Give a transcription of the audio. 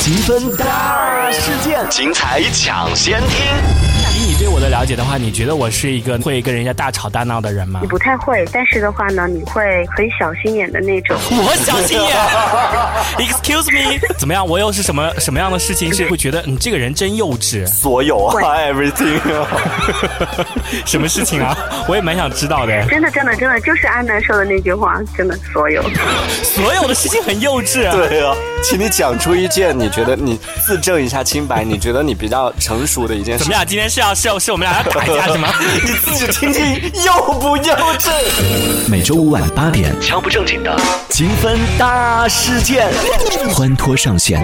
积分大事件，精彩抢先听。以你对我的了解的话，你觉得我是一个会跟人家大吵大闹的人吗你？不太会，但是的话呢，你会很小心眼的那种。我小心眼。Excuse me，怎么样？我又是什么什么样的事情是会觉得嗯你这个人真幼稚？所有啊会，everything 啊。什么事情啊？我也蛮想知道 的。真的，真的，真的，就是安南说的那句话，真的，所有。所有的事情很幼稚啊。对啊，请你讲出一件你觉得你自证一下清白，你觉得你比较成熟的一件怎事么。俩今天是要是要是我们俩要打架 是吗？ 你自己听听幼不幼稚？每周五晚八点，敲不正经的，积分大事件，欢脱上线。